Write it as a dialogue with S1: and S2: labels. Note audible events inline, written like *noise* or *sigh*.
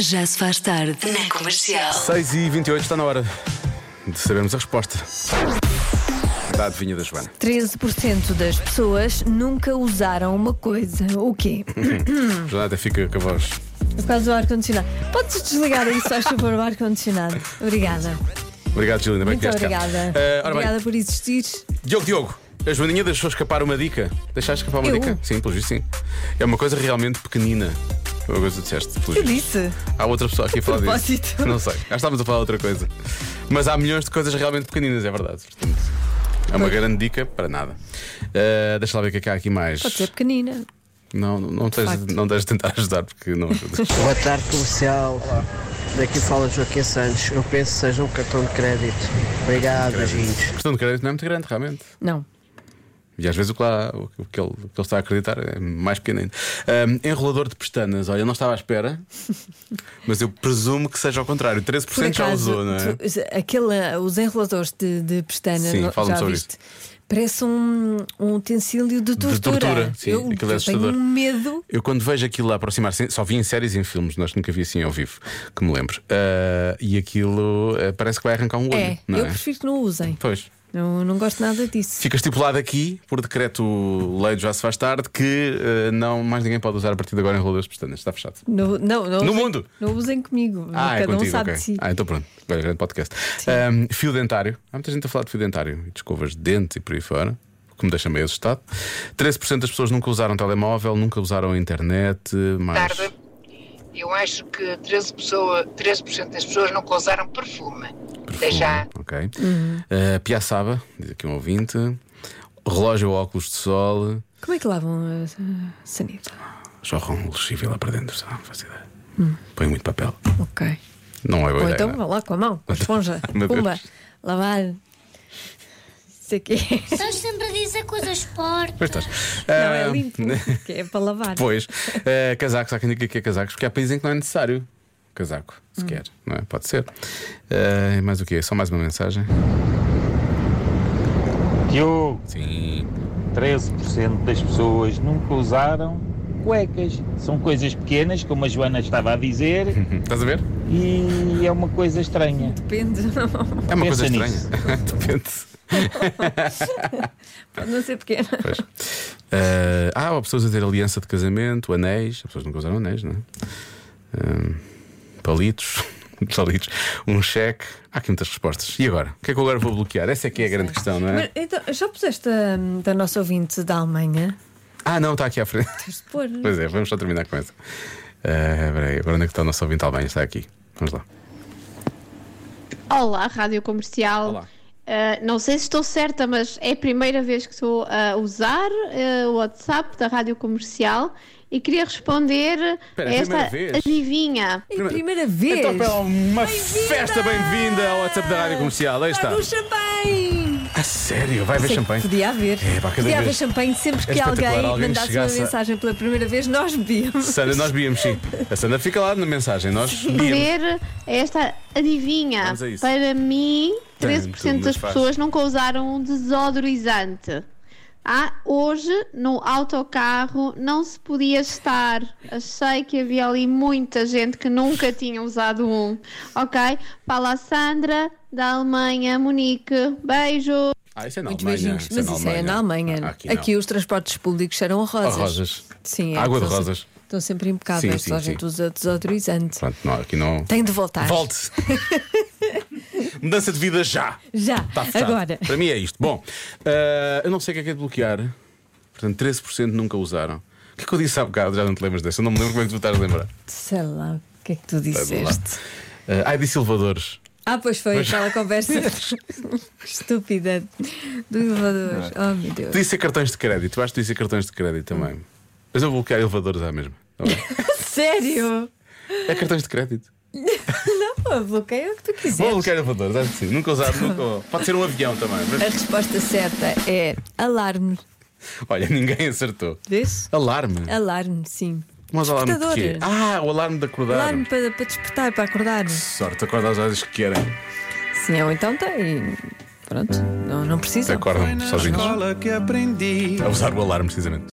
S1: Já se faz tarde na comercial.
S2: 6 e 28 está na hora de sabermos a resposta. Da adivinha da Joana.
S3: 13% das pessoas nunca usaram uma coisa. O quê?
S2: A Joana até fica com a voz.
S3: Por causa do ar-condicionado. Podes desligar aí, se faz favor, o ar-condicionado. Obrigada.
S2: Obrigado, Gilina. Bem
S3: Muito
S2: que vieste cá.
S3: obrigada.
S2: Eh, ora
S3: obrigada
S2: bem,
S3: por existir.
S2: Diogo, Diogo, a Joaninha deixou escapar uma dica. Deixaste escapar uma
S3: Eu?
S2: dica? Sim, pelo visto, sim. É uma coisa realmente pequenina. Foi uma coisa que disseste. Pelo
S3: Eu
S2: visto.
S3: disse.
S2: Há outra pessoa aqui a falar disso.
S3: propósito.
S2: Não sei. Já estávamos a falar de outra coisa. Mas há milhões de coisas realmente pequeninas, é verdade. Portanto, é uma grande dica para nada. Eh, deixa lá ver o que é que há aqui mais.
S3: Pode ser pequenina.
S2: Não, não, não, tens,
S3: facto.
S2: não tens de tentar ajudar porque
S3: *laughs*
S2: não ajudas.
S4: Boa tarde, comercial. Daqui fala Joaquim Santos. Eu penso que seja um cartão de crédito. Obrigado, beijinhos.
S2: A questão de crédito não é muito grande, realmente.
S3: Não.
S2: E às vezes o que, lá, o que- o que ele, o que ele está a acreditar é mais pequeno ainda. Ahm, enrolador de pestanas, olha, eu não estava
S3: *laughs*
S2: à espera, mas eu presumo que seja ao contrário. 13% já usou, não é?
S3: tu- aquele, eh, os enroladores de, de pestana,
S2: Sim,
S3: não-
S2: fala-me
S3: já
S2: sobre
S3: viste? Parece um, um utensílio de tortura.
S2: tortura, sim,
S3: eu,
S2: aquilo é
S3: eu tenho
S2: assustador.
S3: um medo.
S2: Eu quando vejo aquilo a aproximar-se, só vi em séries e em filmes, nós nunca vi assim ao vivo, que me lembro. Ah, e aquilo ah, parece que vai arrancar um olho,
S3: É,
S2: não
S3: eu
S2: é?
S3: prefiro que não usem.
S2: Pois.
S3: Eu não gosto nada disso.
S2: Fica estipulado aqui, por decreto lei do já se faz tarde, que ah, não, mais ninguém pode usar a partir de agora enroladores de pestanas. Está fechado.
S3: No, não, não
S2: No
S3: usem-
S2: mundo?
S3: Não usem comigo.
S2: Ah,
S3: Cada
S2: é contigo,
S3: um sabe
S2: ok.
S3: de si.
S2: Ah, então pronto. Olha, grande podcast. Ahm, fio dentário. Há muita gente a falar de fio dentário e de escovas de dente e por aí fora, o que me deixa meio assustado. 13% das pessoas nunca usaram telemóvel, nunca usaram internet, mas.
S5: tarde, eu acho que 13%, pessoa, 13 das pessoas nunca usaram perfume. Até já.
S2: Ok. Ah, piaçaba, diz aqui um ouvinte. Relógio ou óculos de sol.
S3: Como é que lavam a, a sanita?
S2: Jorram um lexívio lá para dentro, sabe? Não faço ideia. Põe muito papel.
S3: Ok.
S2: Não é
S3: Hum.
S2: boa
S3: Ou
S2: ideia.
S3: então
S2: não.
S3: vá lá com a mão, com a esponja.
S2: *laughs* Meu Deus.
S3: Pumba, lavar. é. Isso aqui.
S2: *laughs*
S6: Estás sempre a dizer coisas fortes.
S2: Pois estás.
S3: Não, é
S2: Ah,
S3: limpo. que é para lavar.
S2: Pois, eh, casacos, há quem diga que é casacos, porque há países em que não é necessário casaco, sequer, não é? Pode ser. Eh, mais o quê? Só mais uma mensagem?
S7: Diogo,
S2: Sim.
S7: 13% das pessoas nunca usaram cuecas. São coisas pequenas, como a Joana estava a dizer,
S2: Estás a ver?
S7: e é uma coisa estranha.
S3: Depende. *laughs*
S2: É uma coisa
S7: Pensa
S2: estranha. *laughs*
S7: nisso.
S2: Depende.
S3: Pode não ser pequena.
S2: Pois. Eh, ah, há pessoas a ter aliança de casamento, anéis, as pessoas nunca usaram anéis, não é? Eh, palitos. *laughs* Palitos, um cheque, há aqui muitas respostas. E agora? O que é que eu agora vou bloquear? Essa é que é a grande questão, não
S3: Mas,
S2: é?
S3: então, já puseste hum, da nossa ouvinte da Alemanha?
S2: Ah, não, está aqui à frente. *laughs*
S3: Tens de pôr.
S2: Pois é, vamos só terminar com essa. Ah, espera aí, agora onde é que está o nosso ouvinte Albanha? Está aqui. Vamos lá.
S8: Olá, Rádio Comercial.
S2: Olá.
S8: Ah, não sei se estou certa, mas é a primeira vez que estou a usar ah, o WhatsApp da Rádio Comercial e queria responder
S2: Espera,
S8: a
S2: é a
S8: esta
S2: primeira vez?
S8: adivinha.
S3: É a primeira vez.
S2: Então, pela uma festa bem-vinda ao WhatsApp da Rádio Comercial. Aí está.
S3: Está no champanhe!
S2: A sério, vai haver
S3: Sei que
S2: champanhe.
S3: Podia haver.
S2: É, pá, cada
S3: podia haver
S2: vez-
S3: champanhe sempre
S2: É
S3: que alguém,
S2: espetacular, alguém
S3: mandasse
S2: chegasse a-
S3: uma mensagem pela primeira vez, nós bebíamos.
S2: Sandra, nós víamos sim. A Sandra fica lá na mensagem. Nós víamos.
S8: Responder a é esta adivinha.
S2: Vamos a isso.
S8: Para mim,
S2: Bem,
S8: 13%
S2: tudo
S8: das
S2: muito fácil.
S8: pessoas nunca usaram um desodorizante. Ah, hoje, no autocarro, não se podia estar. Achei que havia ali muita gente que nunca tinha usado um. Ok? Fala a Sandra, da Alemanha, Munique. Beijo!
S2: Ah, isso é na
S3: Muitos
S2: Alemanha.
S3: beijinhos. Mas isso é na Alemanha.
S2: Ah,
S3: aqui
S2: não.
S3: os transportes públicos cheiram a rosas.
S2: A rosas.
S3: Sim, é,
S2: Água de
S3: estão se-
S2: rosas.
S3: Estão sempre impecáveis.
S2: Sim, sim,
S3: Toda a
S2: sim.
S3: gente usa desodorizante.
S2: Pronto, não, aqui não.
S3: Tem de voltar. *laughs*
S2: Volte! Mudança de vida já!
S3: Já,
S2: Está fechado.
S3: agora.
S2: Para mim é isto. Bom, eh, eu não sei o que é que é de bloquear. Portanto, 13% nunca usaram. O que é que eu disse há bocado? Já não te lembras dessa? Eu não me lembro como é que tu estás a lembrar.
S3: Sei lá o que é que tu disseste.
S2: Eh, ai, disse elevadores.
S3: Ah, pois foi aquela
S2: *laughs*
S3: conversa estúpida do elevador.
S2: é?
S3: Oh, meu Deus.
S2: Podia ser cartões de crédito. Eu acho que podia ser cartões de crédito também. Mas eu vou bloquear elevadores à mesma.
S9: *laughs*
S2: Tá bem?
S3: Sério?
S2: É cartões de crédito.
S3: Não, bloqueia o que tu
S2: Vou
S3: quiseres.
S2: bloquear elevadores, acho que sim. Nunca usar, nunca. Pode ser um avião também.
S3: A
S2: mas-
S3: resposta certa é alarme.
S2: Olha, ninguém acertou.
S3: Vês?
S2: Alarme.
S9: É,
S3: Alarme, sim.
S2: Mas alarme de quê?
S3: Despertador.
S2: Ah, o alarme de acordar.
S3: Alarme para, para despertar, para acordar.
S2: Sorte, acorda às horas que querem.
S3: Sim, ou então tem. Pronto, não, não precisa.
S2: Acordam sozinhos.
S9: escola que aprendi.
S2: A usar o alarme, precisamente.